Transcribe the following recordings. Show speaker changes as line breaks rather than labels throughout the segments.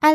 艾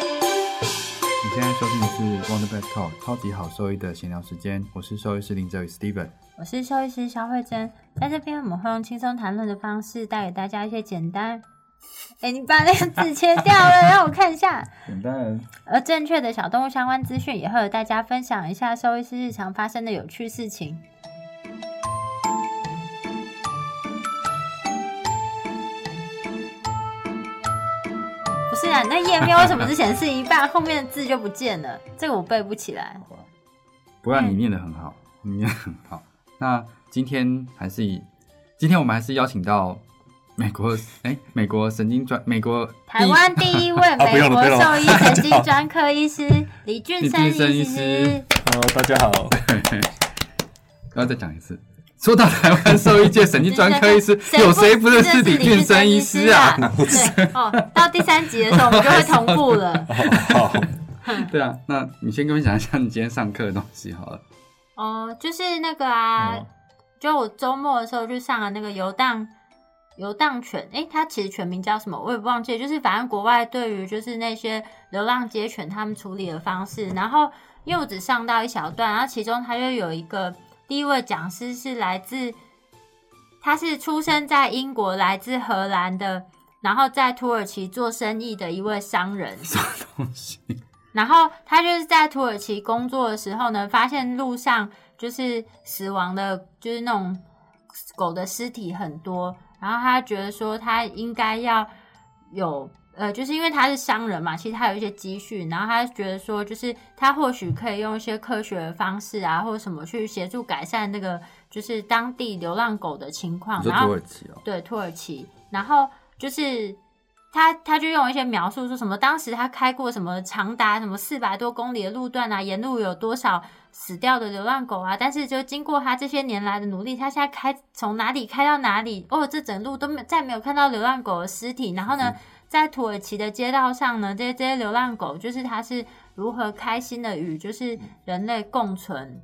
你现在收听的是 Wonder Pet Talk 超级好兽医的闲聊时间，我是兽医师林哲宇 Steven。
我是兽医师肖慧珍，在这边我们会用轻松谈论的方式带给大家一些简单。哎、你把那个字切掉了，让我看一下。
简单，
而正确的小动物相关资讯也会和大家分享一下兽医师日常发生的有趣事情。不是啊，你那页面为什么只显示一半，后面的字就不见了？这个我背不起来。
好吧。不然你念得很好，你念得很好。那今天还是以，今天我们还是邀请到美国，哎、美国神经专，美国
台湾第 一位
啊不
美
用了
国
不用
兽
了
医神经专科医师李俊生
李俊生
医
医
师，
师。
Hello，大家 好。
不要再讲一次。说到台湾兽医界 神经专科医师有谁不认识
谁不
李俊生医师啊？
对哦，到第三集的时候我们就会同步了。
好，
对啊，那你先跟我讲一下你今天上课的东西好了。
哦，就是那个啊，
嗯
就我周末的时候去上了那个游荡游荡犬，诶、它其实全名叫什么我也忘记了，就是反正国外对于就是那些流浪街犬他们处理的方式，然后因为我只上到一小段，然后其中它就有一个第一位讲师是来自，他是出生在英国，来自荷兰的。然后在土耳其做生意的一位商人，
东西
然后他就是在土耳其工作的时候呢，发现路上就是死亡的，就是那种狗的尸体很多，然后他觉得说他应该要有。呃，就是因为他是商人嘛，其实他有一些积蓄，然后他觉得说，就是他或许可以用一些科学的方式啊，或者什么去协助改善那个就是当地流浪狗的情况。
你说
然后
土耳其哦，
对土耳其，然后就是他他就用一些描述说什么当时他开过什么长达什么四百多公里的路段啊，沿路有多少死掉的流浪狗啊，但是就经过他这些年来的努力，他现在开从哪里开到哪里，哦，这整路都没再没有看到流浪狗的尸体，然后呢，在土耳其的街道上呢，这些这些流浪狗就是它是如何开心的与就是人类共存，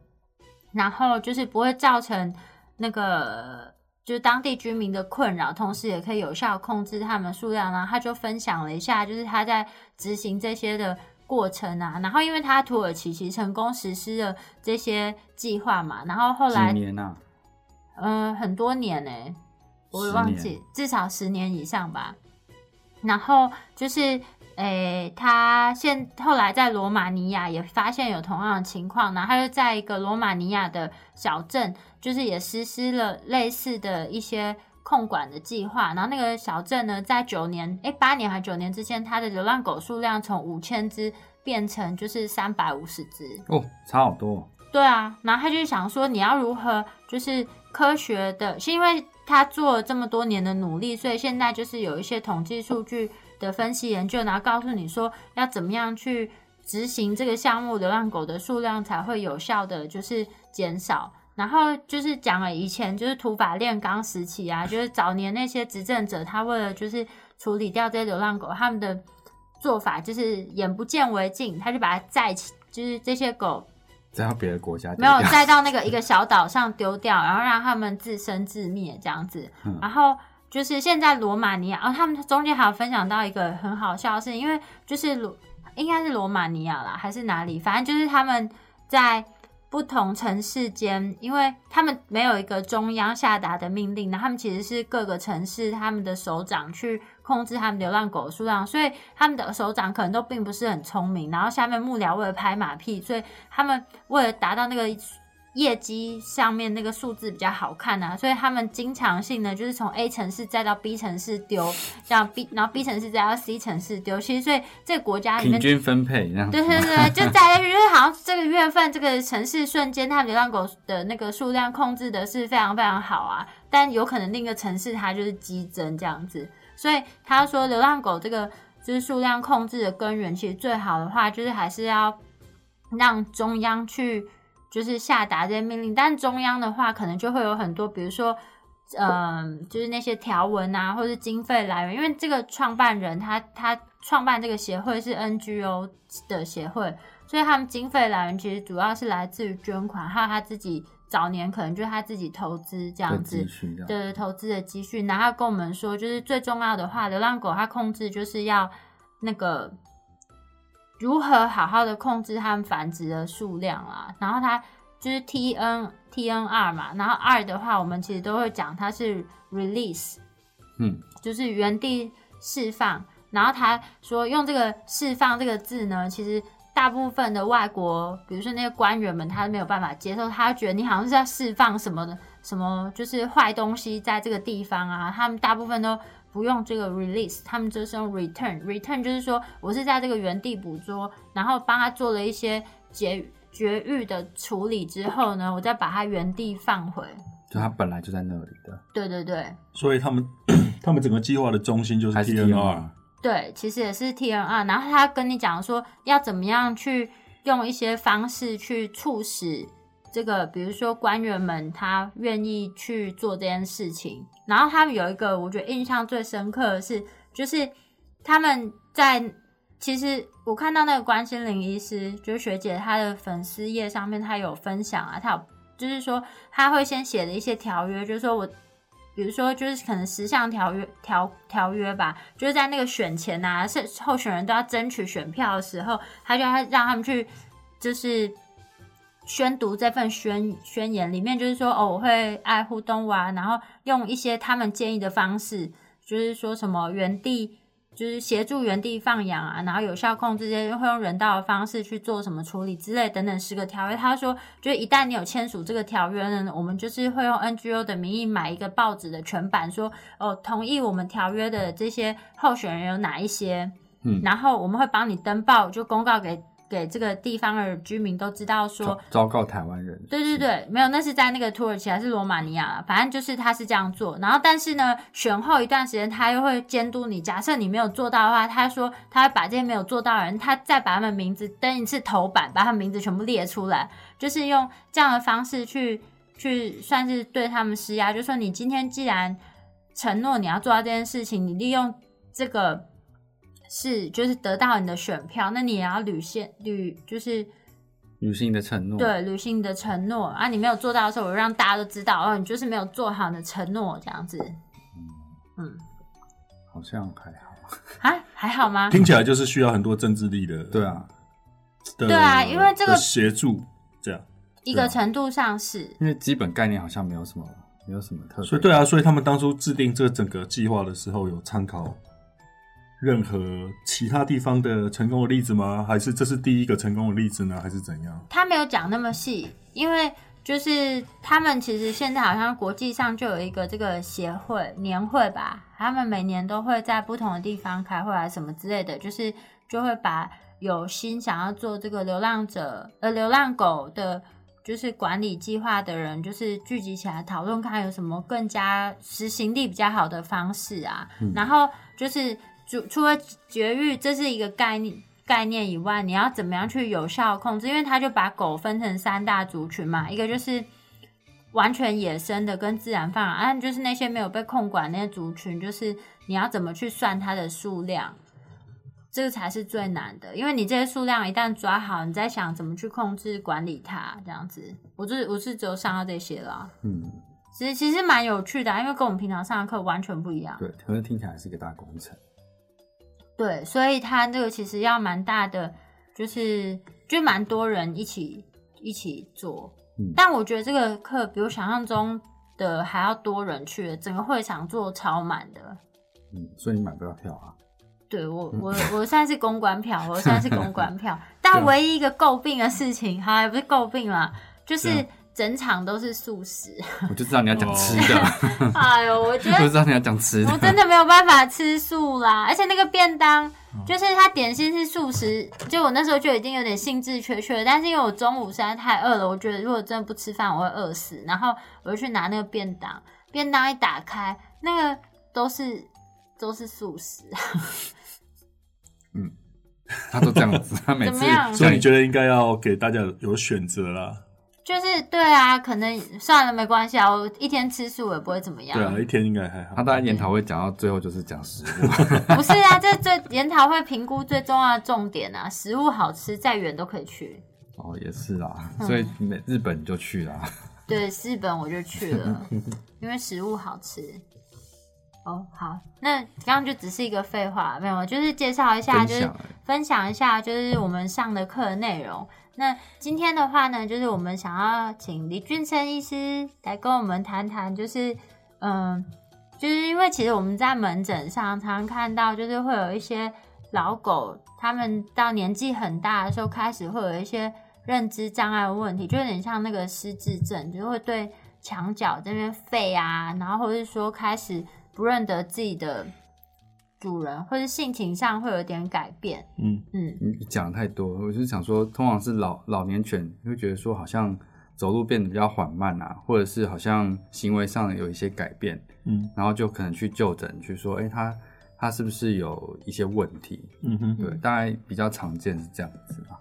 然后就是不会造成那个就是当地居民的困扰，同时也可以有效控制它们数量。然啊后他就分享了一下，就是他在执行这些的过程啊。然后因为他土耳其其实成功实施了这些计划嘛，然后后来
几年啊？
嗯，很多年呢、我也
十
忘
年
记，至少十年以上吧。然后就是，诶、他现后来在罗马尼亚也发现有同样的情况，然后他就在一个罗马尼亚的小镇，就是也实施了类似的一些控管的计划。然后那个小镇呢，在九年，诶、八年还九年之间，它的流浪狗数量从五千只变成就是三百五十只。
哦，差好多哦。
对啊，然后他就想说，你要如何就是科学的，是因为他做了这么多年的努力，所以现在就是有一些统计数据的分析研究，然后告诉你说要怎么样去执行这个项目，流浪狗的数量才会有效的就是减少。然后就是讲了以前就是土法炼钢时期啊，就是早年那些执政者，他为了就是处理掉这些流浪狗，他们的做法就是眼不见为净，他就把它载起，就是这些狗
再到别的国家丢
没有
掉
再到那个一个小岛上丢掉，然后让他们自生自灭这样子。
嗯
然后就是现在罗马尼亚，哦，他们中间还有分享到一个很好笑的事情，因为就是罗应该是罗马尼亚啦，还是哪里，反正就是他们在不同城市间，因为他们没有一个中央下达的命令，然后他们其实是各个城市他们的首长去控制他们流浪狗的数量，所以他们的首长可能都并不是很聪明，然后下面幕僚为了拍马屁，所以他们为了达到那个业绩上面那个数字比较好看啊，所以他们经常性呢就是从 A 城市再到 B 城市丢，这样 B 然后 B 城市再到 C 城市丢，其实所以这个国家里
平
面
均分配这样子
对
吗。
对对，就在就是好像这个月份这个城市瞬间，它流浪狗的那个数量控制的是非常非常好啊，但有可能另一个城市它就是激增这样子，所以他说流浪狗这个就是数量控制的根源，其实最好的话就是还是要让中央去就是下达这些命令，但中央的话可能就会有很多，比如说。嗯，就是那些条文啊，或是经费来源，因为这个创办人他他创办这个协会是 NGO 的协会，所以他们经费来源其实主要是来自于捐款，还有他自己早年可能就是他自己投资这样子，
对
对投资的积蓄。然后跟我们说，就是最重要的话，流浪狗它控制就是要那个如何好好的控制它们繁殖的数量啊，然后它。就是 T N T N R 嘛，然后 R 的话，我们其实都会讲它是 release，
嗯，
就是原地释放。然后他说用这个“释放”这个字呢，其实大部分的外国，比如说那些官员们，他没有办法接受，他觉得你好像是在释放什么的，什么就是坏东西在这个地方啊。他们大部分都不用这个 release，他们就是用 return。return 就是说我是在这个原地捕捉，然后帮他做了一些结绝育的处理之后呢，我再把它原地放回。
就它本来就在那里的，
对对对
所以他们 他们整个计划的中心就是
还是
TNR，
对，其实也是 T N R。然后他跟你讲说要怎么样去用一些方式去促使这个，比如说官员们他愿意去做这件事情。然后他们有一个我觉得印象最深刻的是，就是他们在其实我看到那个关心凌医师，就是学姐她的粉丝页上面，她有分享啊，她有就是说她会先写的一些条约，就是说我比如说就是可能十项条约条条约吧，就是在那个选前啊，是候选人都要争取选票的时候，她就要让他们去就是。宣读这份宣宣言里面就是说，哦，我会爱护动物啊，然后用一些他们建议的方式，就是说什么原地就是协助原地放养啊，然后有效控制这些会用人道的方式去做什么处理之类等等十个条约。他说，就是一旦你有签署这个条约呢，我们就是会用 NGO 的名义买一个报纸的全版，说哦同意我们条约的这些候选人有哪一些，
嗯
然后我们会帮你登报，就公告给给这个地方的居民都知道说
昭，昭告台湾人，
对对对，没有，那是在那个土耳其还是罗马尼亚啊，反正就是他是这样做。然后，但是呢，选后一段时间，他又会监督你。假设你没有做到的话，他说他会把这些没有做到的人，他再把他们名字登一次头版，把他们名字全部列出来，就是用这样的方式去去算是对他们施压，就说你今天既然承诺你要做到这件事情，你利用这个是就是得到你的选票，那你也要履现履就是。
女性的承诺，
对，履行你的承诺啊，你没有做到的时候，我让大家都知道，哦，你就是没有做好你的承诺，这样子嗯
好像还好，
啊，还好吗？
听起来就是需要很多政治力的，
对啊，
的
对啊因为这个
的协助这样，
一个程度上是，
因为基本概念好像没有什么，没有什么特别，
所以对啊，所以他们当初制定这整个计划的时候，有参考任何其他地方的成功的例子吗？还是这是第一个成功的例子呢？还是怎样？
他没有讲那么细，因为就是他们其实现在好像国际上就有一个这个协会年会吧，他们每年都会在不同的地方开会啊什么之类的，就是就会把有心想要做这个流浪者呃流浪狗的，就是管理计划的人，就是聚集起来讨论，看有什么更加实行力比较好的方式啊。然后就是除除了绝育，这是一个概念。概念以外，你要怎么样去有效控制？因为他就把狗分成三大族群嘛，一个就是完全野生的跟自然放养，啊，就是那些没有被控管那些族群，就是你要怎么去算它的数量，这个才是最难的。因为你这些数量一旦抓好，你再想怎么去控制管理它，这样子。我就是我是只有上到这些了，
嗯，
其实其实蛮有趣的啊、因为跟我们平常上的课完全不一样。
对，可是听起来是一个大工程，
对，所以他这个其实要蛮大的，就是就蛮多人一起一起做。
嗯
但我觉得这个课比我想象中的还要多人去，整个会场坐超满的。
嗯，所以你买不到票 啊，
对我，我我算是公关票，我算是公关票。但唯一一个诟病的事情，哈，也不是诟病啦，就是
对
整场都是素食。
我就知道你要讲吃的，
哎呦，我觉
我
得
就知道你要讲吃
我真
的，
的没有办法吃素啦，而且那个便当就是它点心是素食，就我那时候就已经有点兴致缺缺，但是因为我中午实在太饿了，我觉得如果真的不吃饭我会饿死，然后我就去拿那个便当，便当一打开，那个都是都是素食，
他都这样子，他每
怎
次
么样
所以你觉
得
得应该要给大家有有选择啦，
就是对啊，可能算了，没关系啊，我一天吃素也不会怎么样。
对啊，一天应该还好
他。大概研讨会讲到最后就是讲食物，
不是啊，这最研讨会评估最重要的重点啊，食物好吃，再远都可以去。
哦也是啦，
嗯
所以美日本就去啦，
对，日本我就去了，因为食物好吃。哦，好，那刚刚就只是一个废话，没有，就是介绍一下，
分
啊就是
享而已
分享一下，就是我们上的课的内容。那今天的话呢，就是我们想要请李俊生医师来跟我们谈谈，就是嗯，就是因为其实我们在门诊上常常看到，就是会有一些老狗，他们到年纪很大的时候，开始会有一些认知障碍的问题，就有点像那个失智症，就会对墙角这边吠啊，然后或是说开始不认得自己的主人，或是性情上会有点改变。
嗯，
嗯，
你讲太多，我就是想说，通常是老老年犬会觉得说，好像走路变得比较缓慢啊，或者是好像行为上有一些改变，
嗯
然后就可能去就诊去说，哎、它它是不是有一些问题？
嗯哼，
对，大概比较常见是这样子啊。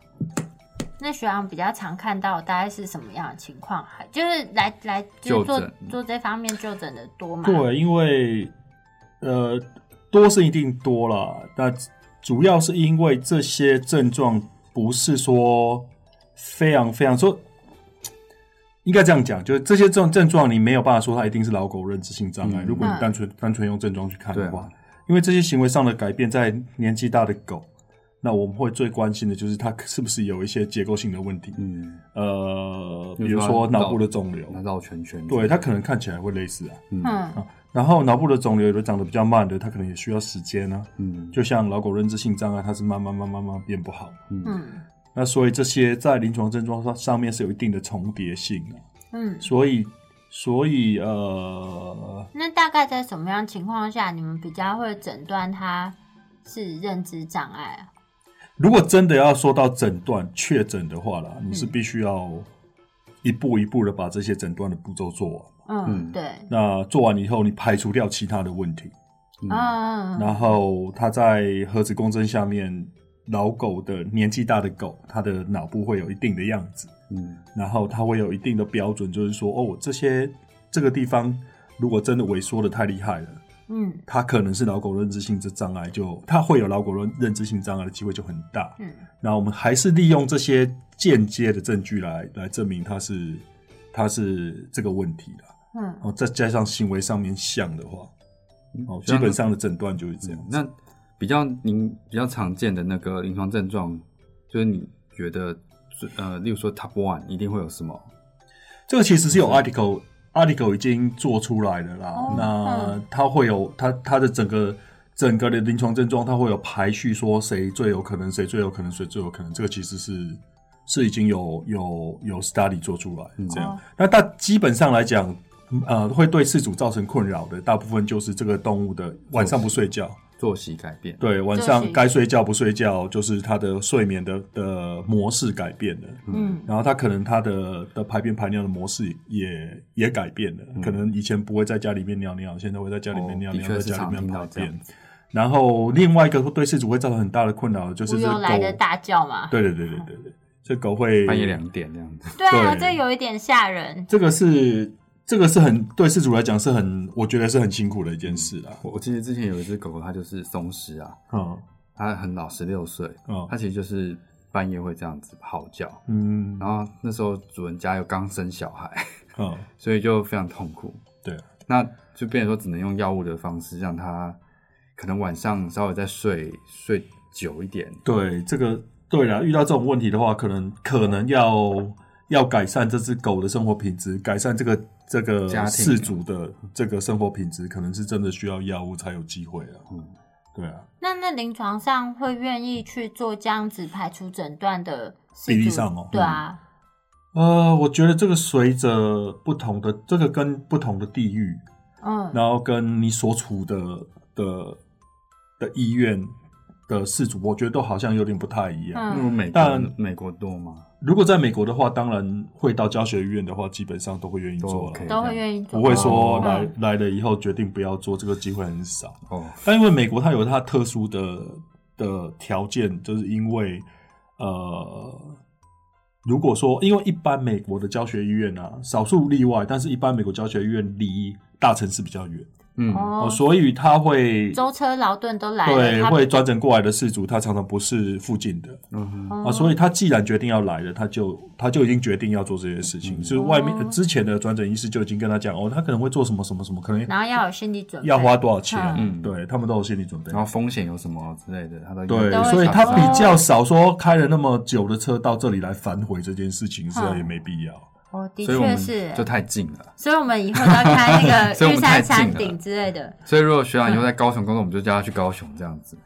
那学长比较常看到大概是什么样的情况？还就是来来就是
就
做
诊
做这方面就诊的多嘛？
对，因为呃，多是一定多啦，那主要是因为这些症状不是说非常非常说，应该这样讲，就是这些症症状你没有办法说它一定是老狗认知性障碍。
嗯
如果你
嗯
单纯单纯用症状去看
对
的
啊
话，因为这些行为上的改变，在年纪大的狗，那我们会最关心的就是它是不是有一些结构性的问题，
嗯，
呃，
比
比
如
如
说
说
脑
脑部的肿瘤，
那绕圈圈，
对它可能看起来会类似啊。
嗯
嗯
然后脑部的肿瘤有的长得比较慢的，它可能也需要时间呢、
嗯
就像老狗认知性障碍，它是慢慢慢慢慢慢变不好。
嗯
嗯
那所以这些在临床症状上上面是有一定的重叠性的、
嗯。
所以所以呃，
那大概在什么样情况下，你们比较会诊断它是认知障碍啊？
如果真的要说到诊断确诊的话啦，你是必须要一步一步的把这些诊断的步骤做完。
嗯，
嗯
对，
那做完以后，你排除掉其他的问题，
嗯嗯嗯
然后它在核磁共振下面，老狗的年纪大的狗，它的脑部会有一定的样子，
嗯
然后它会有一定的标准，就是说，哦，这些这个地方如果真的萎缩的太厉害了，
嗯
它可能是老狗认知性这障碍就，它会有老狗认认知性障碍的机会就很大。
嗯
那我们还是利用这些间接的证据来来证明它是它是这个问题的，
嗯
然后再加上行为上面像的话，哦，基
这样
本上的诊断就是这样
嗯
子。
那比较您比较常见的那个临床症状，就是你觉得最呃，例如说 Top One 一定会有什么？
这个其实是有 article article 已经做出来的啦。
哦
那
嗯
它会有它它的整个整个的临床症状，它会有排序，说谁最有可能，谁最有可能，谁最有可能。这个其实是是已经有有有 study 做出来
嗯
这样。
哦
那大基本上来讲。呃，会对饲主造成困扰的，大部分就是这个动物的晚上不睡觉，
作息改变，
对，晚
作息
上该睡觉不睡觉，就是它的睡眠的的模式改变了。
嗯
然后他可能他的的排便排尿的模式也也改变了，可能以前不会在家里面尿尿，现在会在家里面尿
嗯哦的
尿，
确是
在家
常
里面
听到
排
这样
便。然后另外一个对饲主会造成很大的困扰的就是
无
这
由
狗，
来的大叫嘛。
对对对对对对，这狗会
半夜两点这样子。
对啊，
对
这有一点吓人。
这个是这个是很对饲主来讲是很我觉得是很辛苦的一件事啊啦。
我我记得之前有一只狗狗，它就是松狮啊，
嗯
它很老，十六岁，
嗯
它其实就是半夜会这样子嚎叫。
嗯
然后那时候主人家又刚生小孩，
嗯，
所以就非常痛苦。
对，
那就变成说只能用药物的方式让它可能晚上稍微再睡睡久一点。
对这个对了，遇到这种问题的话，可能可能要要改善这只狗的生活品质，改善这个这个
家庭
饲主的这个生活品质，可能是真的需要药物才有机会啊。
嗯
对啊，
那那临床上会愿意去做这样子排除诊断的事
比例
主
上哦
对啊，
呃，我觉得这个随着不同的这个跟不同的地域，
嗯
然后跟你所处的的的医院的饲主，我觉得都好像有点不太一样。
那如
嗯
美国
但
美国多吗？
如果在美国的话，当然会到教学医院的话，基本上都会愿意
都
做了。
OK
都会愿意做。
不会说
嗯
来、来了以后决定不要做，这个机会很少。
哦，
但因为美国它有它特殊的的条件，就是因为呃，如果说因为一般美国的教学医院啊，少数例外，但是一般美国教学医院离大城市比较远，
嗯，
哦
哦，所以他会
舟车劳顿都来了，
对
他
会转诊过来的事主，他常常不是附近的
嗯哼，
哦
啊，所以他既然决定要来了，他就他就已经决定要做这些事情，是外面
哦
之前的转诊医师就已经跟他讲哦，他可能会做什么什么什么，可能
然后要有心理准备，
要花多少钱，
嗯
对他们都有心理准备
然。后风险有什么之类的，他都
哦对
都会，
所以他
想
比
说
较少说开了那么久的车到这里来反悔这件事情，实在
嗯
也没必要。
哦，的
所以我
确
们
是，
就太近了。
所以我们以后都要开 那
所
个
以我
玉
们太
山
近
山
了
顶之类的，
所以如果学长以后在高雄工作，我们就叫他去高雄这样子，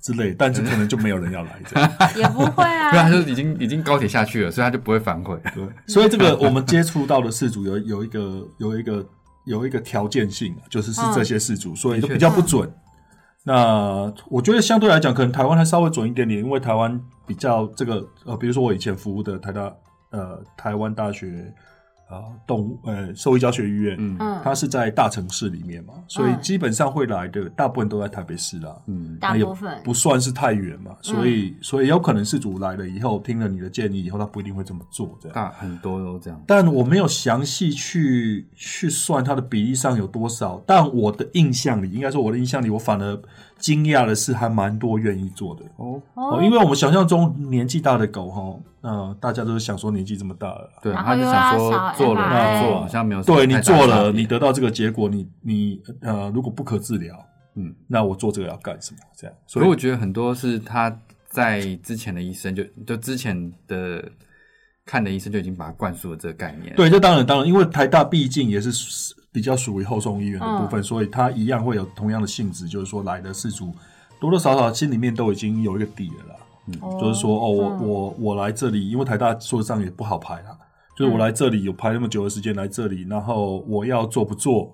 之类，但是可能就没有人要来这样。
也不会
不然他
啊。
就已经已经高铁下去了，所以他就不会反悔。
对，所以这个我们接触到的事主有有一个有一个有一个条件性，啊就是是这些事主，所以就比较不准。那我觉得相对来讲，可能台湾还稍微准一点点，因为台湾比较这个呃，比如说我以前服务的台大呃台湾大学呃动物呃兽医教学医院，
嗯
嗯，
它是在大城市里面嘛，所以基本上会来的大部分都在台北市啦。
嗯，
大
那也
部分
不算是太远嘛，所以所以有可能事主来了以后，听了你的建议以后，他不一定会这么做这样。
大很多都这样。
但我没有详细去去算它的比例上有多少，但我的印象里，应该说我的印象里，我反而惊讶的是，还蛮多愿意做的。
哦，
哦
哦，因为我们想象中年纪大的狗哈，那、大家都是想说年纪这么大了，
对，
然
他
后
就
又
想
要
说
扫
做了
MRI
不做，好像没有什么
对
太
你
大
做
差
了，
别
你得到这个结果，你你呃，如果不可治疗，
嗯，
那我做这个要干什么？这样，所
所以
以
我觉得很多是他在之前的医生就就之前的看的医生就已经把他灌输了这个概念。，
对，这当然当然，因为台大毕竟也是属比较属于后送医院的部分，所以它一样会有同样的性质，就是说来的事主多多少少心里面都已经有一个底了啦，
哦
就是说哦，我
嗯
我我来这里，因为台大说实上也不好排啦，就是
嗯
我来这里有排那么久的时间来这里，然后我要做不做，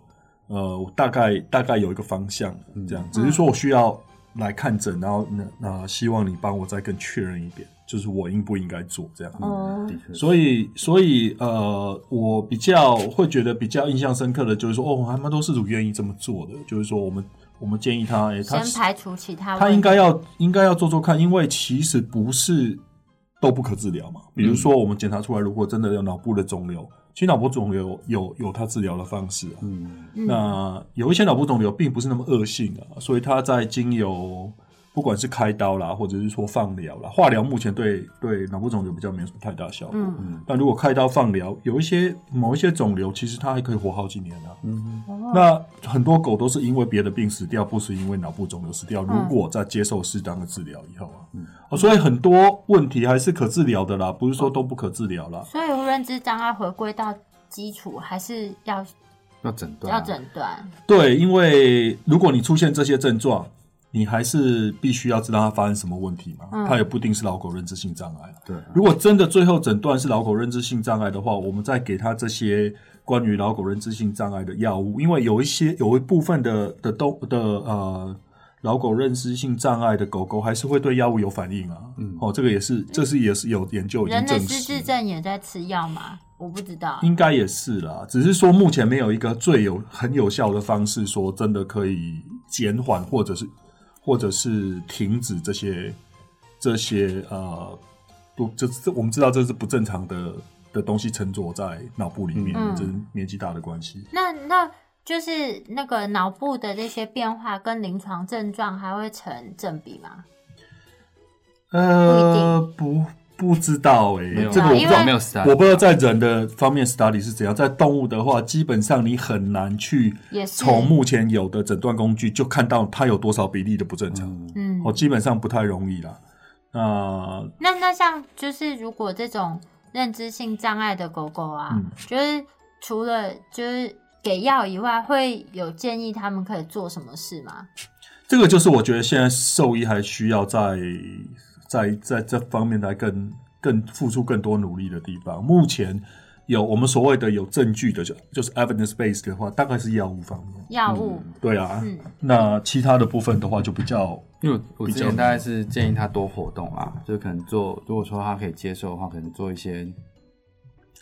呃，我大概大概有一个方向这样，只是
嗯
说我需要来看诊，然后那那、希望你帮我再更确认一遍，就是我应不应该做这样。嗯
哦
的确是。
所以，所以，呃，我比较会觉得比较印象深刻的就是说，哦，还蛮多事主愿意这么做的，就是说，我们我们建议他，哎、他
先排除其他问题，
他应该要应该要做做看，因为其实不是都不可治疗嘛。比如说，我们检查出来，如果真的有脑部的肿瘤，其实脑部肿瘤有有它治疗的方式啊。
嗯，
嗯
那有一些脑部肿瘤并不是那么恶性啊，所以它在经由不管是开刀啦，或者是说放疗啦，化疗目前对对脑部肿瘤比较没有什么太大效果。
嗯
但如果开刀放疗，有一些某一些肿瘤，其实它还可以活好几年啊。
哦
那很多狗都是因为别的病死掉，不是因为脑部肿瘤死掉。如
嗯
果在接受适当的治疗以后啊，哦所以很多问题还是可治疗的啦，不是说都不可治疗啦。
所以认知障碍回归到基础，还是要
要诊断啊，
要诊断，
对，因为如果你出现这些症状，你还是必须要知道它发生什么问题嘛。
嗯
它也不一定是老狗认知性障碍啊。
对啊，
如果真的最后诊断是老狗认知性障碍的话，我们再给它这些关于老狗认知性障碍的药物，因为有一些有一部分的的动的呃老狗认知性障碍的狗狗还是会对药物有反应啊。
嗯
哦，这个也是，这是也是有研究已
人
经
的
证
失智
实。
症也在吃药吗？我不知道，
应该也是啦，只是说目前没有一个最有很有效的方式，说真的可以减缓或者是或者是停止这些这些呃不，这这我们知道这是不正常的的东西沉着在脑部里面，
嗯
这是年纪大的关系。
那那就是那个脑部的这些变化跟临床症状还会成正比吗？
呃，不不知道哎、
没有啊
这个我不
因
知
为
道
没有 s
我不知道在人的方面 study 是怎样，在动物的话，基本上你很难去
也是
从目前有的诊断工具就看到它有多少比例的不正常，
嗯，
哦，基本上不太容易啦。那、
那那像就是如果这种认知性障碍的狗狗啊，
嗯
就是除了就是给药以外，会有建议他们可以做什么事吗？
这个就是我觉得现在兽医还需要在在在这方面来更更付出更多努力的地方。目前有我们所谓的有证据的，就就是 evidence based 的话，大概是药物方面。
药物，
对啊，
嗯
那其他的部分的话就比较
因为我我
比
之
较
前大概是建议啊嗯他多活动啦，就可能做，如果说他可以接受的话，可能做一些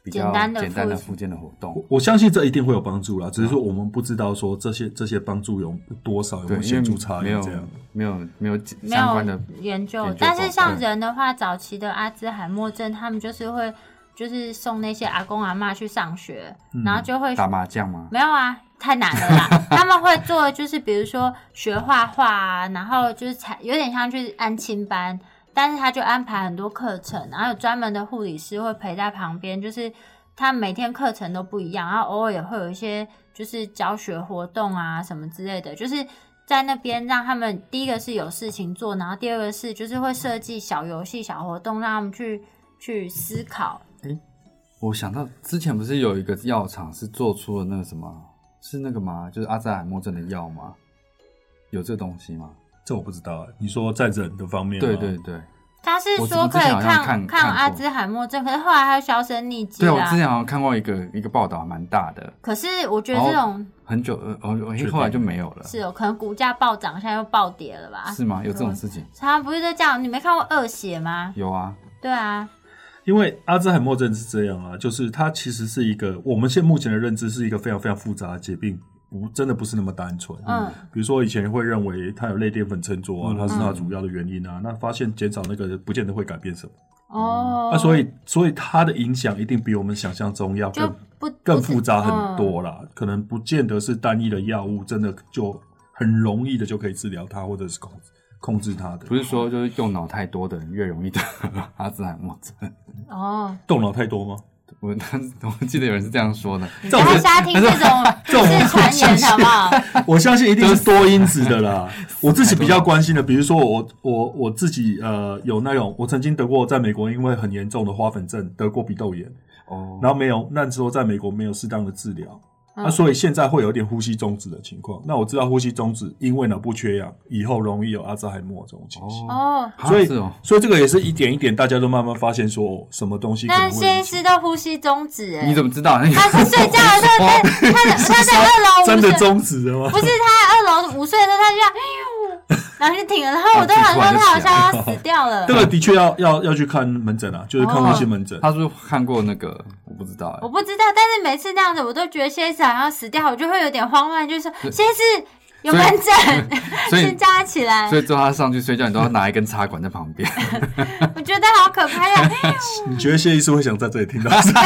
比较
简单的
简单的
复
复健的活动
我。我相信这一定会有帮助啦，只是说我们不知道说这些这些帮助有多少，有没
对，
有
因为
显著差
没
异
有
这样。
没有没有
没
相关
有
的
研究
研究，
但是
报
像
告
人的话，早期的阿兹海默症，他们就是会就是送那些阿公阿妈去上学，然后就会
嗯打麻将吗？
没有啊，太难了啦。 他们会做的就是比如说学画画啊，然后就是才有点像去安亲班，但是他就安排很多课程，然后有专门的护理师会陪在旁边，就是他每天课程都不一样，然后偶尔也会有一些就是教学活动啊什么之类的，就是。在那边让他们第一个是有事情做，然后第二个是就是会设计小游戏、小活动，让他们去去思考。
我想到之前不是有一个药厂是做出了那个什么，是那个吗？就是阿兹海默症的药吗？有这东西吗？
这我不知道、啊你说在人的方面吗，
对对对，
他是
我
说
我之
可以
前好像
抗
看看过
阿兹海默症，可是后来还有销声匿迹
对我
啊
之前好像看过一个一个报道，蛮大的，
可是我觉得这种
很久呃哦，
确定
后来就没有了，
是有啊可能股价暴涨，现在又暴跌了吧？
是吗？有这种事情？
常常不是都这样？你没看过《恶血》吗？
有啊，
对啊，
因为阿兹海默症是这样啊，就是它其实是一个我们现目前的认知是一个非常非常复杂的疾病，不真的不是那么单纯。
嗯，
比如说以前会认为它有类淀粉沉着啊，
嗯
它是它主要的原因啊，那发现减少那个不见得会改变什么。
哦，
那啊所以所以它的影响一定比我们想象中要
就
更
不嗯
更复杂很，多啦，可能不见得是单一的药物真的就很容易的就可以治疗它或者是控控制它的
不。是说就是用脑太多的人越容易得 阿兹海默症。
不止嗯哦。
动脑太多吗？
我我记得有人是这样说的，
这
不
种
要
是
瞎听这种
这种
是传言，好不好？
我相信一定是多因子的 啦。我自己比较关心的，比如说我我我自己呃有那种，我曾经得过在美国因为很严重的花粉症得过鼻窦炎，
哦，
然后没有那时候在美国没有适当的治疗，那、
嗯
所以现在会有点呼吸终止的情况。那我知道呼吸终止因为脑部缺氧，以后容易有阿兹海默这种情形。
哦，
哦，
啊
所以
是哦，
所以这个也是一点一点，大家都慢慢发现说哦什么东西可
那
能会
谢
引
医
起
师都呼吸终止，哎
你，怎么知道？
他是睡觉的时 候被他在他在二楼
真
无
的
声
终止了吗？
不是他在二楼午睡的时候，他就这 样，哎呦然后就停了。然后我都
啊
想说他好像要死掉了
这。个的确要要要去看门诊啊，就是看
哦
呼吸门诊。
他是不是看过那个？我不知道
我
哎，
不知道，但是每次那样子，我都觉得蝎子好像死掉，我就会有点慌乱，就说蝎子有门诊，
所以
先扎起来
所。以最后他上去睡觉，你都要拿一根插管在旁边。
我觉得好可怕呀！哎呦
你觉得谢医师会想在这里听到这个？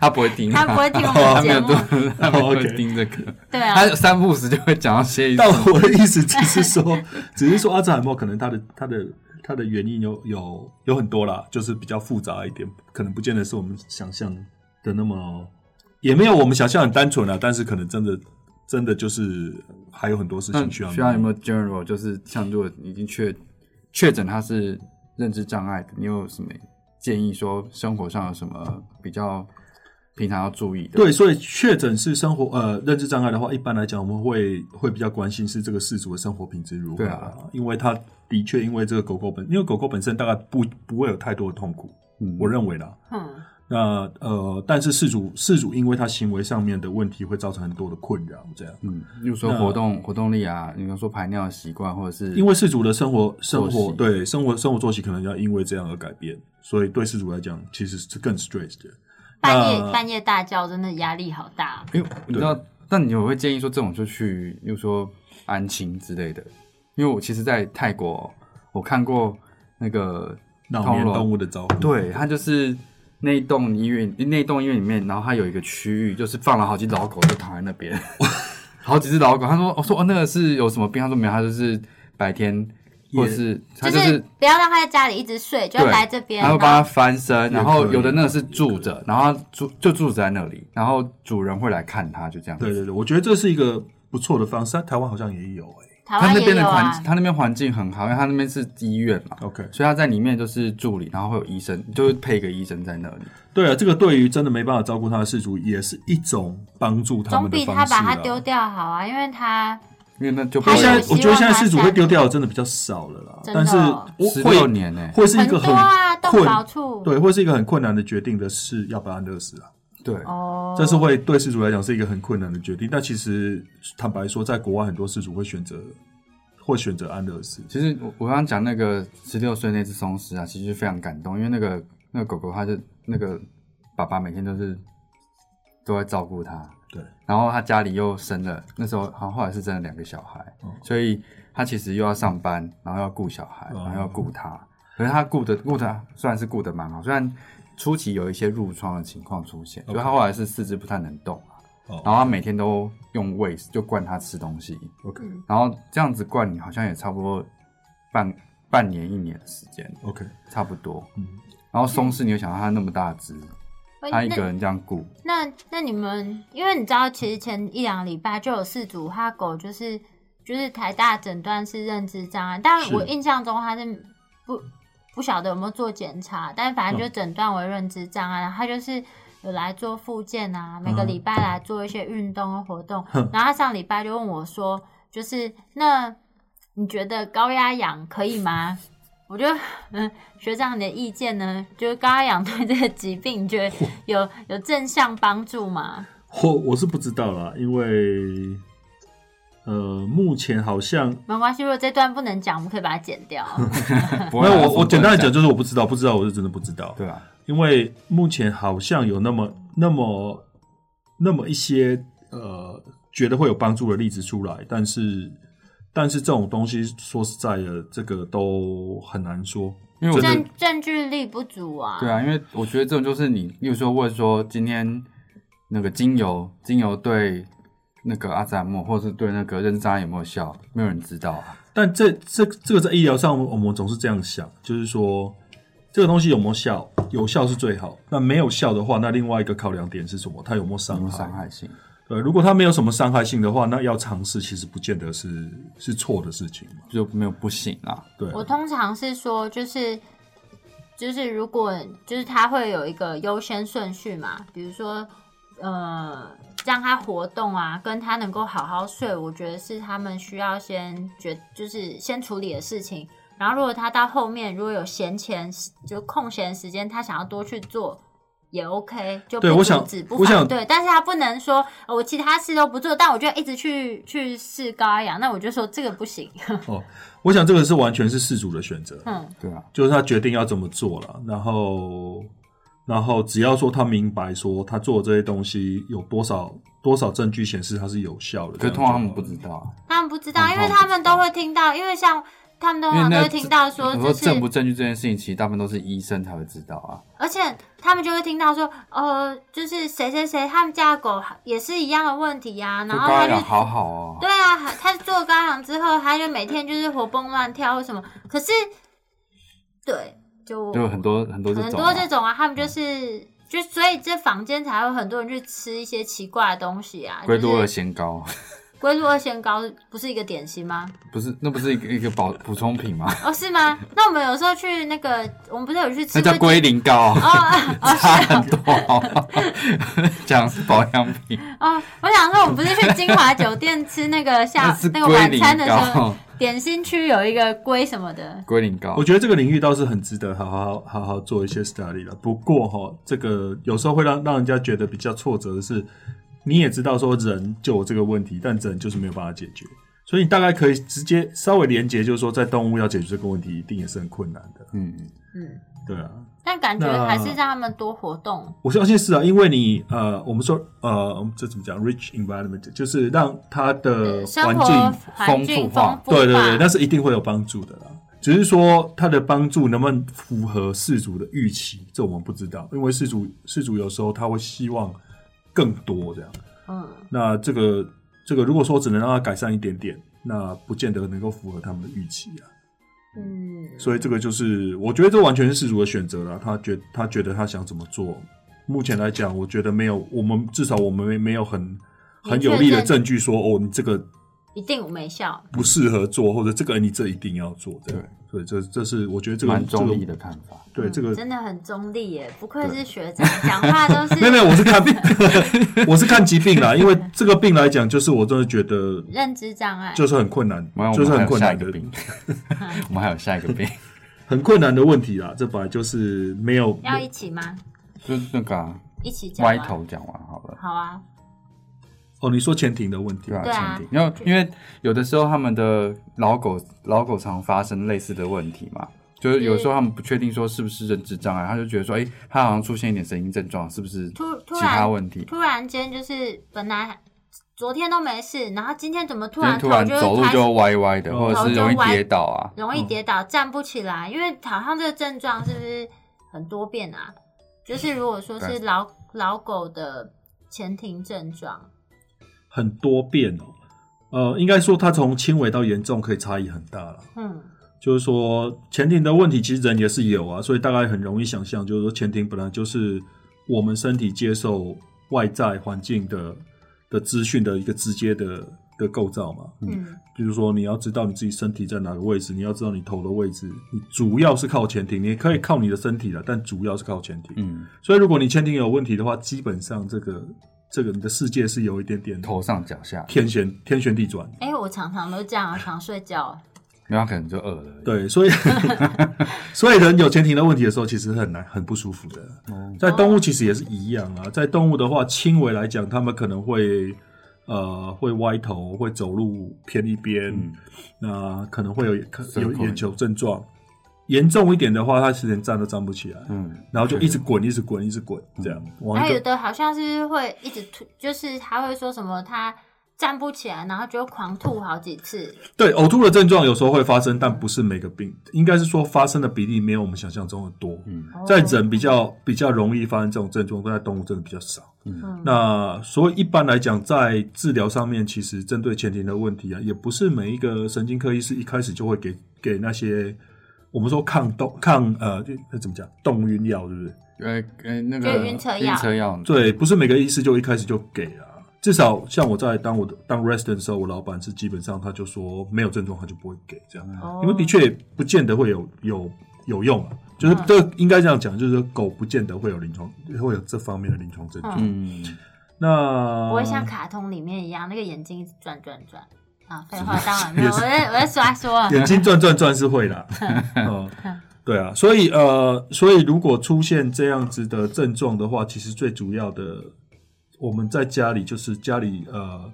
他不会盯，
他不会听我们
他没
节
有
目
多，， 他没有
OK
会盯这个。
对啊
他，三不五时就会讲到谢医
但
生。
我的意思只是说，只是说阿兹海默可能他的他的他的原因有有有很多啦，就是比较复杂一点，可能不见得是我们想象的那么，也没有我们想象很单纯啦。啊但是可能真的真的就是还有很多事
那
情需要
需要有没有 general？就是像如果你已经确确诊他是认知障碍的，你有什么建议？说生活上有什么比较平常要注意的？
对，，所以确诊是生活呃认知障碍的话，一般来讲我们会会比较关心是这个事主的生活品质如何
对
啦、
啊
因为他的确因为这个狗狗本，因为狗狗本身大概不不会有太多的痛苦，
嗯
我认为啦。
嗯，
那呃，但是事主事主因为他行为上面的问题，会造成很多的困扰，这样。
嗯，比如说活动活动力啊，你比如说排尿的习惯，或者是
因为事主的生活生
作
活
息
对生活生活作息可能要因为这样而改变，所以对事主来讲其实是更 stress 的。
半夜
那
呃
半夜大叫，真的压力好大。
因为哎你知道，但你我会建议说这种就去，又说安亲之类的，因为我其实，在泰国我看过那个
老年
通楼
动物的照顾，
对，它就是那一栋医院，那一栋医院里面，然后它有一个区域，就是放了好几只老狗，就躺在那边， 好几只老狗。他说：“我说哦，那个是有什么病？”他说：“没有，他就是白天或者是他
就
就是
是不要让他在家里一直睡，就
对
来这边，
他会帮
然后
它翻身，然后有的那个是住
也
着，然后它住就住在那里，然后主人会来看它，就这样子。
对对对，我觉得这是一个不错的方式，台湾好像也有哎、
台
他
湾
那
也
边的
有
环，
啊。
他那边环境很好，因为他那边是医院嘛，
OK，
所以他在里面就是助理，然后会有医生，就会配一个医生在那里。
对啊，这个对于真的没办法照顾他的事主，也是一种帮助他
总
们的
比
方
他
式啦
把它丢掉好啊，因为他
因为那就不
因
还
为
有
现在我觉得现
希望他
在事主
下
会丢掉的真的比较少了啦，
真的
但是
哦
我
十
会
六年呢、欸
会是一个
多啊，动
困
保处
对，会是一个很困难的决定的是要把它勒死啊，
对，
哦，
这是会对事主来讲是一个很困难的决定。但其实坦白说，在国外很多事主会选择会选择安乐死，
其实我我刚刚讲那个十六岁那只松狮啊，其实非常感动，因为那个那个狗狗它就那个爸爸每天都是都在照顾他，
对，
然后他家里又生了，那时候好像后来是生了两个小孩，
哦
所以他其实又要上班，然后要顾小孩，然后要顾他。可是他顾的顾他虽然是顾得蛮好，虽然初期有一些褥疮的情况出现，所以他后来是四肢不太能动啊。
哦
然后他每天都用喂就灌他吃东西，
，OK
然后这样子灌你好像也差不多半半年一年的时间，
OK，
差不多。
嗯
然后松氏，你有想到他那么大只，
喂
他一
那
个人这样顾，
那那你们，因为你知道，其实前一两个礼拜就有四组哈狗，就是就是台大诊断是认知障碍，但
是
我印象中他是不不晓得有没有做检查，但
嗯
反正就诊断为认知障碍，然后他就是。有来做复健啊，每个礼拜来做一些运动和活动。 然后他上礼拜就问我说：“就是那你觉得高压氧可以吗？” 我就嗯，学长你的意见呢？就是高压氧对这个疾病，你觉得有有正向帮助吗？
我我是不知道啦，因为呃，目前好像
没关系，如果这段不能讲，我们可以把它剪掉。
不会
那
啊
我我简单的讲，就是我不知道，不知道我是真的不知道，
对啊，
因为目前好像有那么那么那么一些呃觉得会有帮助的例子出来，但是但是这种东西说实在的，这个都很难说。
因为我觉得
证证据力不足啊。
对啊，因为我觉得这种就是你，例如说问说今天那个精油，精油对那个阿兹海默，或是对那个认知障碍有没有效，没有人知道啊。
但这这这个在医疗上，我们总是这样想，就是说这个东西有没有效，有效是最好。那没有效的话，那另外一个考量点是什么？它有没有
有没
伤
有
害？
伤害性？
对，如果它没有什么伤害性的话，那要尝试其实不见得是是错的事情嘛。
就没有不行啊。
对啊，
我通常是说，就是就是如果就是它会有一个优先顺序嘛，比如说呃，让他活动啊，跟他能够好好睡，我觉得是他们需要先决，就是先处理的事情。然后如果他到后面如果有闲钱，就空闲时间，他想要多去做。也 OK，就
对
不
我
阻
想
止不
我
反
想
对，但是他不能说、呃我其他事都不做，但我就一直去去试高压氧，那我就说这个不行。
哦，我想这个是完全是事主的选择，
嗯，
对啊，
就是他决定要怎么做了，然后然后只要说他明白说他做的这些东西有多少多少证据显示它是有效的，
可
这样
是通常他
就
们
好
不
了
知道啊，
他们不知道，
通
因为
常不
他
知
们
道
都会听到，因为像他们通
因为
常都
那
会听到说
我
这
说证
哦是
不，证据这件事情，其实大部分都是医生才会知道啊。
而且他们就会听到说，呃，就是谁谁谁他们家的狗也是一样的问题呀、然
就
后
高压
他就
氧好好哦，
对啊，他做高氧之后，他就每天就是活蹦乱跳或什么，可是对，就
就有很多很多这
很
种
多
啊，
这种啊，他们就是。就所以这房间才会很多人去吃一些奇怪的东西啊，
龟多
就
尔
是
仙膏，
龟鹿二仙膏不是一个点心吗？
不是那不是一个一个保补充品吗？
哦，是吗？那我们有时候去那个，我们不是有去吃
那
过
叫龟苓膏，
哦啊哦
差很多好不好， 讲是保养品，
哦，我想说，我们不是去金华酒店吃那个
那
下
是
啊那
龟
个晚餐的
苓
时候，
膏，
点心区有一个龟什么 的，
龟苓膏
我。觉得这个领域倒是很值得好好好好做一些 study 了。不过哈、这个有时候会让让人家觉得比较挫折的是，你也知道说人就有这个问题，但人就是没有办法解决。所以你大概可以直接稍微连接，就是说在动物要解决这个问题，一定也是很困难的。
嗯，
嗯，
对啊，
但感觉
那
还是让他们多活动，
我相信是啊，因为你呃，我们说呃，这怎么讲？rich environment 就是让它的
生
呃环
活
境
环境
丰富化
丰富
对对
化
对，那是一定会有帮助的啦。只是说它的帮助能不能符合事主的预期，这我们不知道，因为事主事主有时候他会希望更多这样。
嗯，
那这个这个如果说只能让它改善一点点，那不见得能够符合他们的预期啊。
嗯，
所以这个就是我觉得这完全是事主的选择啦，他觉他觉得他想怎么做。目前来讲，我觉得没有，我们至少我们没没有很很有力
明确
的
证
证据说哦，你这个
一定没效。
不适合做，或者这个哎你这一定要做，这样对，这这是我觉得这个
蛮中立
这个
的看法。
对
嗯
这个
真的很中立耶，不愧是学长，讲话都是
没有没有，我是看我是看疾病啦，因为这个病来讲，就是我真的觉得
认知障碍，
就是很困难
没有，，
就是
我们
很
还有
困
下
难
一
的
个病，我们还有下一 个病，
很困难的问题啦。这本来就是没有
要一起吗？
就是那个啊
一起讲吗
歪头讲完好了。
好啊，
哦，你说前庭的问题
对，啊，
对啊
前庭，因为因为有的时候他们的老狗老狗常发生类似的问题嘛，就是有时候他们不确定说是不是认知障碍，他就觉得说，哎、他好像出现一点神经症状，是不是
突突
其他
然
问题？
突然间就是本来昨天都没事，然后今天怎么突
今天
然
突
头
然
就
走
会
路
开
就
始
歪歪的，或者是容易跌倒啊。
容易跌倒、站不起来？因为好像这个症状是不是很多变啊？就是如果说是老老狗的前庭症状，
很多变哦。呃，应该说它从轻微到严重可以差异很大了。
嗯，
就是说前庭的问题，其实人也是有啊，所以大概很容易想象，就是说前庭本来就是我们身体接受外在环境的的资讯的一个直接的的构造嘛。
嗯，
比如说你要知道你自己身体在哪个位置，你要知道你头的位置，你主要是靠前庭，你也可以靠你的身体了，但主要是靠前庭。
嗯，
所以如果你前庭有问题的话，基本上这个这个你的世界是有一点点
头上脚下，
天旋天旋地转。
哎、我常常都这样，常睡觉，
然后可能就饿了。，
对，所以 所以人有前庭的问题的时候，其实很难很不舒服的。
哦
在动物其实也是一样啊，在动物的话，轻微来讲，它们可能会呃会歪头，会走路偏一边，
嗯
那可能会有可
神
有
经
眼球症状。严重一点的话，它其实连站都站不起来，
嗯，
然后就一直滚，一直滚，一直滚，这样往
然后
一
有
个
的好像是会一直吐，就是他会说什么他站不起来，然后就狂吐好几次，
对呕吐的症状有时候会发生，但不是每个病，应该是说发生的比例没有我们想象中的多。
嗯
哦
在人比较比较容易发生这种症状，但在动物真的比较少。
嗯
那所以一般来讲，在治疗上面，其实针对前庭的问题啊，也不是每一个神经科医师一开始就会给给那些我们说抗动抗呃就那怎么讲动晕药，对不对？
呃呃，那个
就晕车药
药，
对，不是每个医师就一开始就给啊。至少像我在当我的当 resident 的时候，我老板是基本上他就说没有症状他就不会给这样。
哦
因为的确不见得会有有有用啊，就是
嗯
这应该这样讲，就是说狗不见得会有临床会有这方面的临床症状。
嗯
嗯，
那
不会像卡通里面一样，那个眼睛一直转转转啊！废话，当然没有， 我在我在刷说，
眼睛转转转是会的啊，嗯，对啊，所以呃，所以如果出现这样子的症状的话，其实最主要的，我们在家里就是家里呃，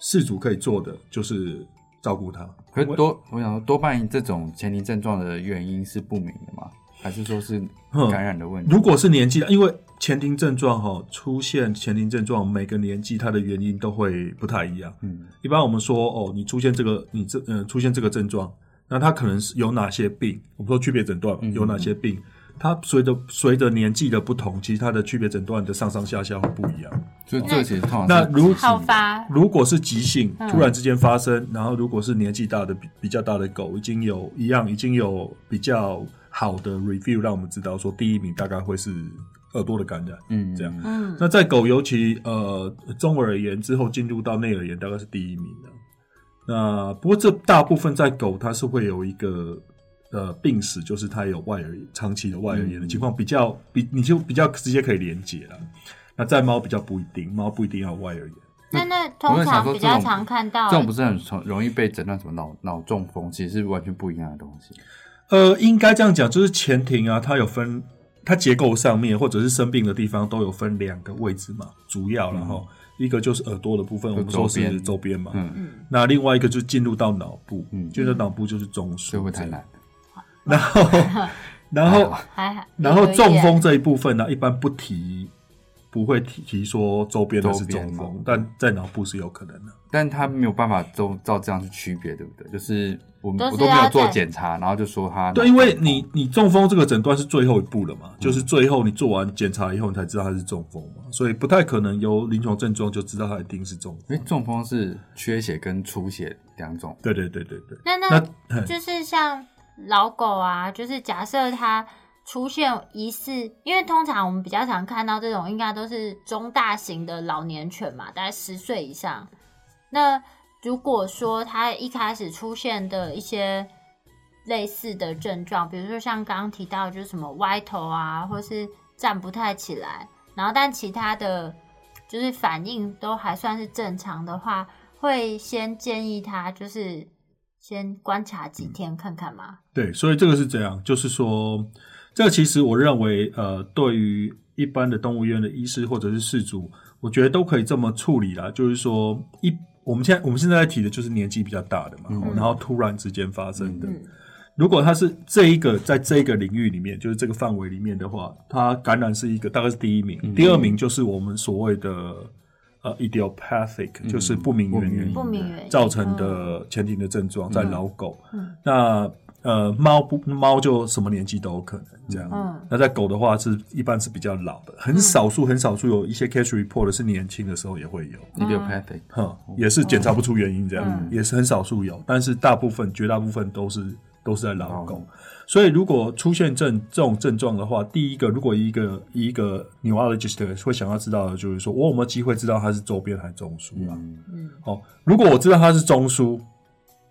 事主可以做的就是照顾他。
可是多，我想说多半这种前庭症状的原因是不明的嘛？还是说是
嗯
感染的问题？
如果是年纪，因为前庭症状哈、出现前庭症状，每个年纪它的原因都会不太一样。
嗯
一般我们说哦，你出现这个，你这呃出现这个症状，那它可能是有哪些病？我们说区别诊断
嗯
有哪些病？它随着随着年纪的不同，其实它的区别诊断的上上下下会不一样。
就这其实通常是
那如
好发，
如果是急性
嗯
突然之间发生，然后如果是年纪大的比比较大的狗，已经有一样已经有比较好的 review 让我们知道说第一名大概会是耳朵的感染。
嗯
这样
嗯，
那在狗尤其呃中耳炎之后进入到内耳炎，大概是第一名的。那不过这大部分在狗它是会有一个呃病史，就是它有外耳炎长期的外耳炎的
嗯
情况，比较比你就比较直接可以连接了。那在猫比较不一定，猫不一定要有外耳炎。
那那
我
通
在想
常
说
比
这
较
种
常看到
这种不是很常容易被诊断什么脑脑中风，其实是完全不一样的东西。
呃，应该这样讲，就是前庭啊，它有分，它结构上面或者是生病的地方都有分两个位置嘛，主要然后、一个就是耳朵的部分，我们说
周
是
嗯边
周边嘛，
嗯，
嗯，
那另外一个就是进入到脑部，
嗯
进入到脑部就是中枢，
这会不会太哎难？
然后，然后，
还好。
然后
有一
中
点
风这一部分呢，一般不提，不会提提说周边的是中
周边
风，但在脑部是有可能的。
但他没有办法都照这样去区别，对不对？就是我们
都是
我都没有做
要在
检查，然后就说他
对，因为你你中风这个诊断是最后一步了嘛，就是最后你做完检查以后，你才知道它是中风嘛，所以不太可能由临床症状就知道它一定是中
因
风。
为中风是缺血跟出血两种，
对对对对对。
那那
那
就是像老狗啊，就是假设它出现疑似，因为通常我们比较常看到这种，应该都是中大型的老年犬嘛，大概十岁以上。那如果说它一开始出现的一些类似的症状，比如说像刚刚提到，就是什么歪头啊，或是站不太起来，然后但其他的就是反应都还算是正常的话，会先建议他就是先观察几天看看嘛。
对，所以这个是这样，就是说，这个其实我认为，呃，对于一般的动物医院的医师或者是事主，我觉得都可以这么处理啦。就是说，一我们现在我们现在在提的就是年纪比较大的嘛，
嗯
然后突然之间发生的。
嗯
如果它是这一个在这一个领域里面，就是这个范围里面的话，它感染是一个大概是第一名，第二名就是我们所谓的呃 idiopathic，、就是不明
不
原
明原
因
因
不明原因
造成的前庭的症状，在老狗。
嗯
那呃，猫不猫就什么年纪都有可能这样。
嗯
那在狗的话是一般是比较老的，很少数很少数有一些 case report 的是年轻的时候也会有，
嗯
一定有 pattern，
哼，也是检查不出原因这样，也是很少数有，但是大部分绝大部分都是都是在老狗。所以如果出现症这种症状的话，第一个如果一个一个 neurologist 会想要知道的就是说，哦我有没有机会知道它是周边还是中枢啊？
嗯
哦，如果我知道它是中枢，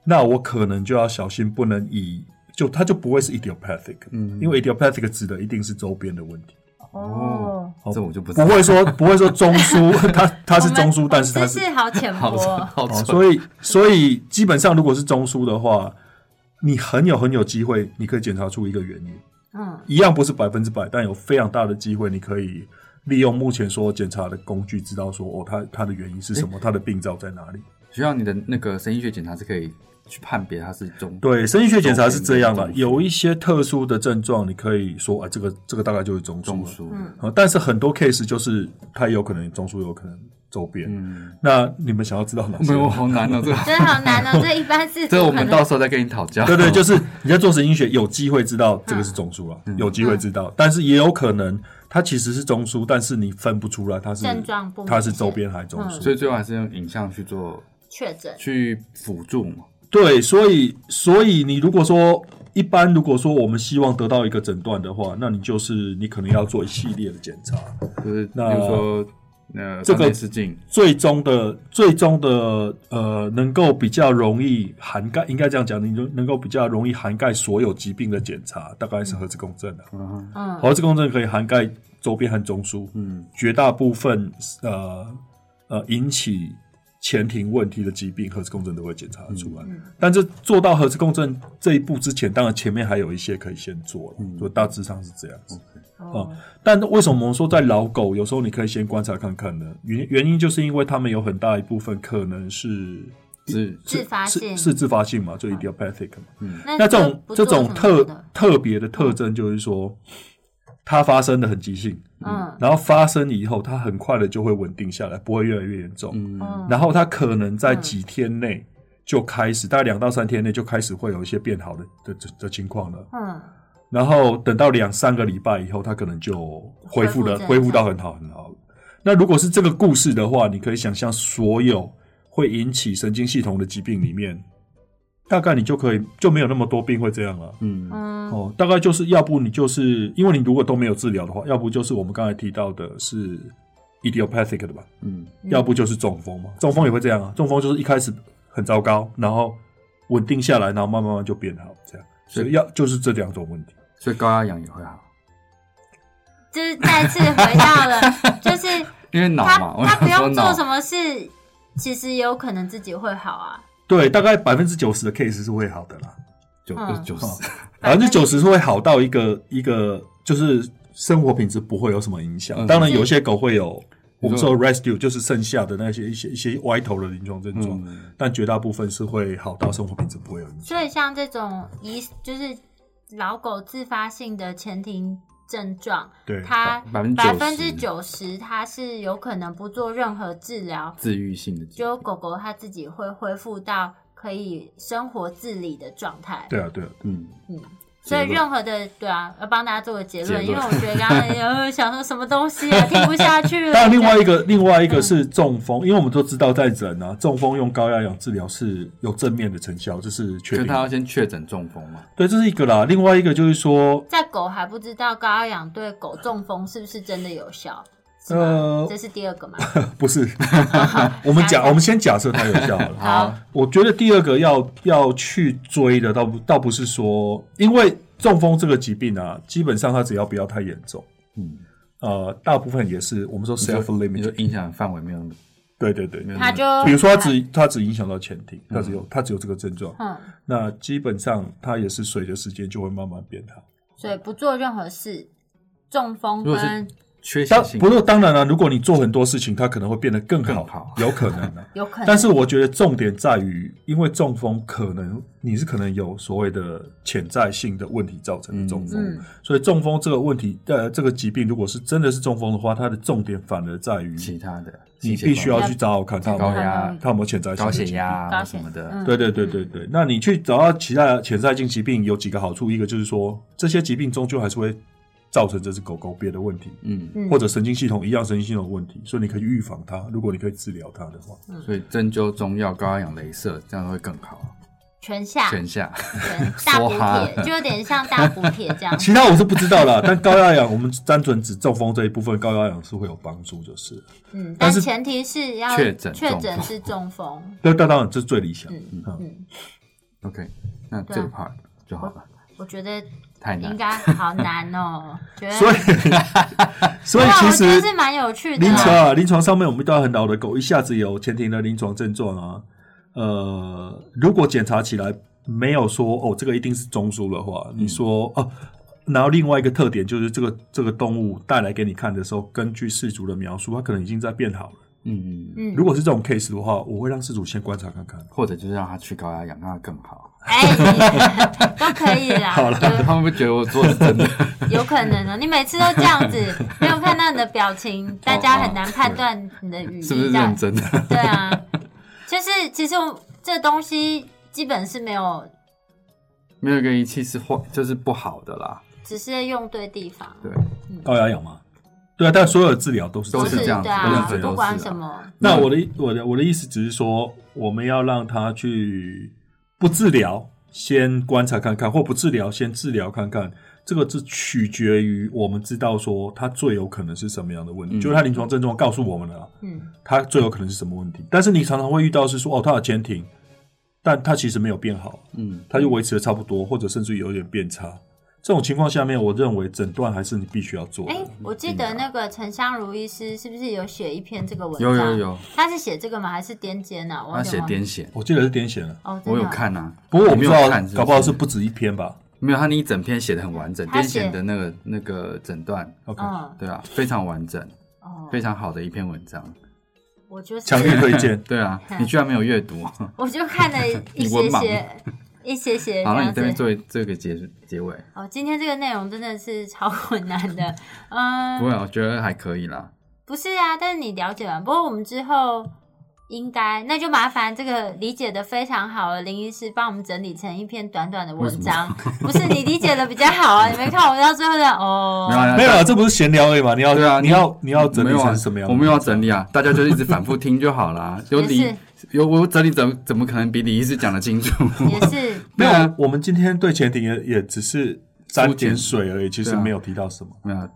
那我可能就要小心，不能以就它就不会是 idiopathic，嗯，因为 idiopathic 指的一定是周边的问题，
哦，
哦
这我就不知
不
道。
会说不会说中枢， 它它是中枢，但是它
知
是
识好浅
好蠢
薄，
好
哦，
蠢，
所以所以基本上如果是中枢的话，你很有很有机会，你可以检查出一个原因，
嗯
一样不是百分之百，但有非常大的机会，你可以利用目前所有检查的工具，知道说哦，它它的原因是什么，它的病灶在哪里。
学校你的那个神经学检查是可以去判别它是中
对，神经学检查是这样
中
的，
枢
有一些特殊的症状，你可以说啊，这个这个大概就是中枢
中
了。
枢，
嗯
啊，但是很多 case 就是它有可能中枢，有可能周边。
嗯，
那你们想要知道哪些
没？有好难 哦，这个
真的好难哦，这一般是
这个我
可
们
能
到时候再跟你讨 教。
对对，就是你在做神经学，有机会知道这个是中枢啊，有机会知道，但是也有可能它其实是中枢，但是你分不出来它是
症状不明显嗯
它是周边还是中枢。
所以最后还是用影像去做
确诊，
去辅助嘛。
对，所以所以你如果说一般，如果说我们希望得到一个诊断的话，那你就是你可能要做一系列的检查，
就是比
那
如说，呃，
这个
三倍视镜，
最终的最终的呃能够比较容易涵盖，应该这样讲，你能能够比较容易涵盖所有疾病的检查，大概是核磁共振啊的、
嗯
核磁共振可以涵盖周边和中枢，
嗯，
绝大部分呃呃引起前庭问题的疾病，核磁共振都会检查得出来。
嗯
但是做到核磁共振这一步之前，当然前面还有一些可以先做了，就大致上是这样子。
哦
但为什么我们说在老狗，有时候你可以先观察看看呢？原原因就是因为他们有很大一部分可能是
是
自发性
是是自发性嘛，就 idiopathic 嘛。
那
那这
就
种
不
这
做
种
什么
特
的
特别的特征就是说，它发生的很急性，
嗯
然后发生以后，它很快的就会稳定下来，不会越来越严重。
嗯
然后它可能在几天内就开始，大概两到三天内就开始会有一些变好的的的的情况了。
嗯
然后等到两三个礼拜以后，它可能就恢复了，
恢复正常
恢复到很好很好。那如果是这个故事的话，你可以想象所有会引起神经系统的疾病里面，大概你就可以就没有那么多病会这样了。
嗯，
嗯
哦，大概就是要不你就是因为你如果都没有治疗的话，要不就是我们刚才提到的是 idiopathic 的吧，
嗯，
要不就是中风嘛，中风也会这样啊，中风就是一开始很糟糕，然后稳定下来，然后慢慢慢就变好，这样，所以要就是这两种问题。
所以高压氧也会好，
就是再次回到了，就是
因为脑
他
嘛，我
他不
想说
用做
脑
什么事，其实有可能自己会好啊。
对，大概百分之九十的 case 是会好的啦，
九
嗯
九十，
百分之九十是会好到一个一个就是生活品质不会有什么影响。
嗯
当然，有些狗会有我们
你说
说 rescue，就是剩下的那些一些一些歪头的临床症状，
嗯
但绝大部分是会好到生活品质不会有影响。
所以像这种遗就是老狗自发性的前庭症状，
对，
它
百分之
百
90%
分之九十它是有可能不做任何治疗，
自愈性的疾病，
就狗狗它自己会恢复到可以生活自理的状态。
对啊，对啊，
嗯，
所以
结论
任何的对啊，要帮大家做个结论，
结论
因为我觉得刚刚有想说什么东西啊，听不下去了。
当然，另外一个另外一个是中风，因为我们都知道，在人啊，中风用高压氧治疗是有正面的成效，这是确
就
定
他
的。
要先确诊中风嘛，
对，这是一个啦。另外一个就是说，
在狗还不知道高压氧对狗中风是不是真的有效，是吗？
呃
这是第二 个嘛？
不是，我们假我们先假设它有效好了。
好，
我觉得第二个要要去追的，倒不倒不是说，因为中风这个疾病啊，基本上它只要不要太严重，
嗯，
呃，大部分也是我们说
你说
self
你说
limit，
影响范围没有那么
对对对
没。有那
他
么
就
比如说，它只它只影响到前
嗯
庭，它只有它只有这个症状，
嗯，
那基本上它也是随着时间就会慢慢变好。
所以不做任何事，中风
如果
跟
是缺
当
血性
不过当然了、啊如果你做很多事情，它可能会变得更好，
更好
有可能啊的、
有可能
但是我觉得重点在于，因为中风可能你是可能有所谓的潜在性的问题造成的中风，
嗯嗯
所以中风这个问题，呃，这个疾病如果是真的是中风的话，它的重点反而在于
其他的
你必须要去找找看它有没
高
有
压、
它有没有潜在性
高
的
血
疾病
压啊
高
什
血
么的，
嗯
对对对对对，那你去找到其他的潜在性疾病有几个好处，一个就是说这些疾病终究还是会造成这只狗狗别的问题，
嗯，
嗯
或者神经系统一样神经系统的问题，所以你可以预防它。如果你可以治疗它的话，
所以针灸、中药、高压氧、镭射，这样会更好。
全下
全下，
全大补
说哈
铁，就有点像大补铁这样
其他我是不知道啦。 但高压氧，我们单纯只中风这一部分，高压氧是会有帮助，就是了。
嗯，
但
但
是
前提是要
确诊中风
诊是中 风。
那当然这是最理想的。
嗯
嗯，
嗯，
OK，那
对啊
这个 part 就好了，
我觉得
太难
应。该好难 哦，觉得。
啊所以所以
对啊
其
我
实
觉得是蛮有趣的
临
啦。
床啊，临床上面我们遇到很老的狗，一下子有前庭的临床症状啊，呃，如果检查起来没有说哦，这个一定是中枢的话，
嗯
你说哦、然后另外一个特点就是这个这个动物带来给你看的时候，根据事主的描述，它可能已经在变好了。
嗯，嗯，
嗯，
如果是这种 case 的话，我会让事主先观察看看。
或者就是让他去高压氧，让他更好。
哎，你都可以啦，
他们会觉得我做的是 真的。
有有可能哦的。你每次都这样子，没有看到你的表
哦
情，大家很难判断你的语义
是不是
到
认真的？
对啊，就是其实我这东西基本是没有，
没有一个仪器是坏，就是不好的啦。
只是用对地方，
对，
高压氧吗？对啊，但所有的治疗都是
都
就是
这样子
对
都
啊
是这样，子
不管什么，
那
嗯
我的我的我的意思只是说，我们要让他去不治疗，先观察看看，或不治疗先治疗看看。这个是取决于我们知道说他最有可能是什么样的问题，
嗯
就是他临床症状告诉我们了啊，
嗯
他最有可能是什么问题。但是你常常会遇到是说，哦，他有前庭，但他其实没有变好，
嗯，
他就维持的差不多，或者甚至有点变差。这种情况下面，我认为诊断还是你必须要
嗯
做的。
哎，我记得那个陈香如医师是不是有写一篇这个文章？
啊有有，有，
他是写这个吗？还是癫痫啊？我
他
有
写
点忘
癫痫，
我记得是癫痫了，
哦，真
我
的哦，
有看啊，
不过我
你
不
没
知
有
道
看不，
搞不好是不止一篇吧。
没有他那一整篇写的很完整，
他
癫
写
痫的那个那个诊断，
OK，
嗯
对啊，非常完整，
哦，
非常好的一篇文章。。
我就是
强烈推荐
对啊，
嗯
你居然没有 阅读，好，
我就看 了一
你
些
文盲
些，一些些这
那你
样
这边
子。
做这个结结尾，
哦，今天这个内容真的是超 困难的，
不
嗯，
会啊，我觉得还可以啦。
不是啊，但是你了解完，不过我们之后应该那就麻烦这个理解的非常好的林医师帮我们整理成一篇短短的文章，不是你理解的比较好啊，你没看我到最后的哦
没，有啊
没有啊，这不是闲聊而已嘛？你要
对啊
你要你要整
没
理
有啊
成什么样？
我没有要整理啊，大家就一直反复听就好啦。有
嗯 也
理
是
有我整理怎怎么可能比李医师讲的清楚？
也是
没
对
有啊
啊，
我们今天对前庭也也只是沾点水而已，其实
对啊
没有提到什么。
没有啊，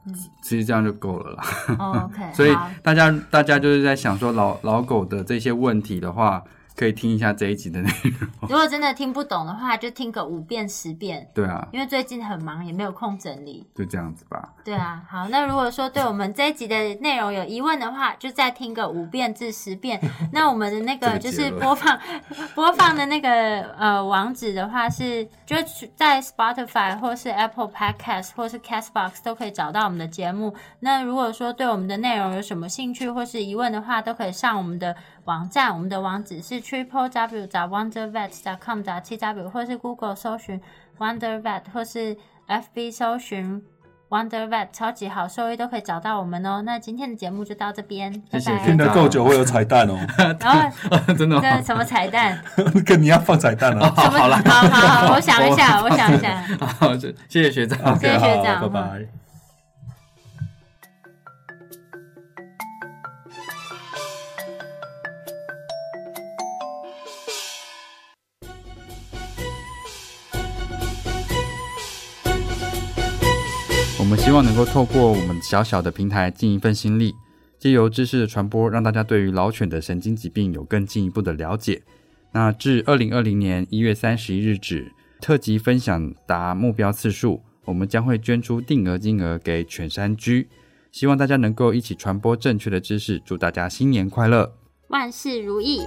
其实这样就够了啦。
哦 OK，
所以
好
大家大家就是在想说老老狗的这些问题的话，可以听一下这一集的内容。
如果真的听不懂的话，就听个五遍十遍，
对啊，
因为最近很忙，也没有空整理。
就这样子吧。
对啊，好，那如果说对我们这一集的内容有疑问的话，就再听个五遍至十 遍。那我们的那个就
这个结
是
论
播放播放的那个呃网址的话是，就是在 Spotify 或是 Apple Podcast 或是 Castbox 都可以找到我们的节目。那如果说对我们的内容有什么兴趣或是疑问的话，都可以上我们的网站，我们的网址是 triple w wonder vet com 打七 w，或是 Google 搜寻 Wonder Vet，或是 FB 搜寻 Wonder Vet 超级好兽医都可以找到我们哦。那今天的节目就到这边，拜
谢谢
听
拜。
得够久会有彩蛋 哦，
然后
真的、
这
哦，
什么彩 蛋？
跟你要放彩蛋啊。
什么？好
啦
好好好，我想一 下，我想一下。
好，谢谢学长。
谢谢
OK，
学长
好，拜拜。
我们希望能够透过我们小小的平台尽一份心力，借由知识的传播，让大家对于老犬的神经疾病有更进一步的了解。那至二零二零年一月三十一日止，特级分享达目标次数，我们将会捐出定额金额给犬山居，希望大家能够一起传播正确的知识。祝大家新年快乐！
万事如意。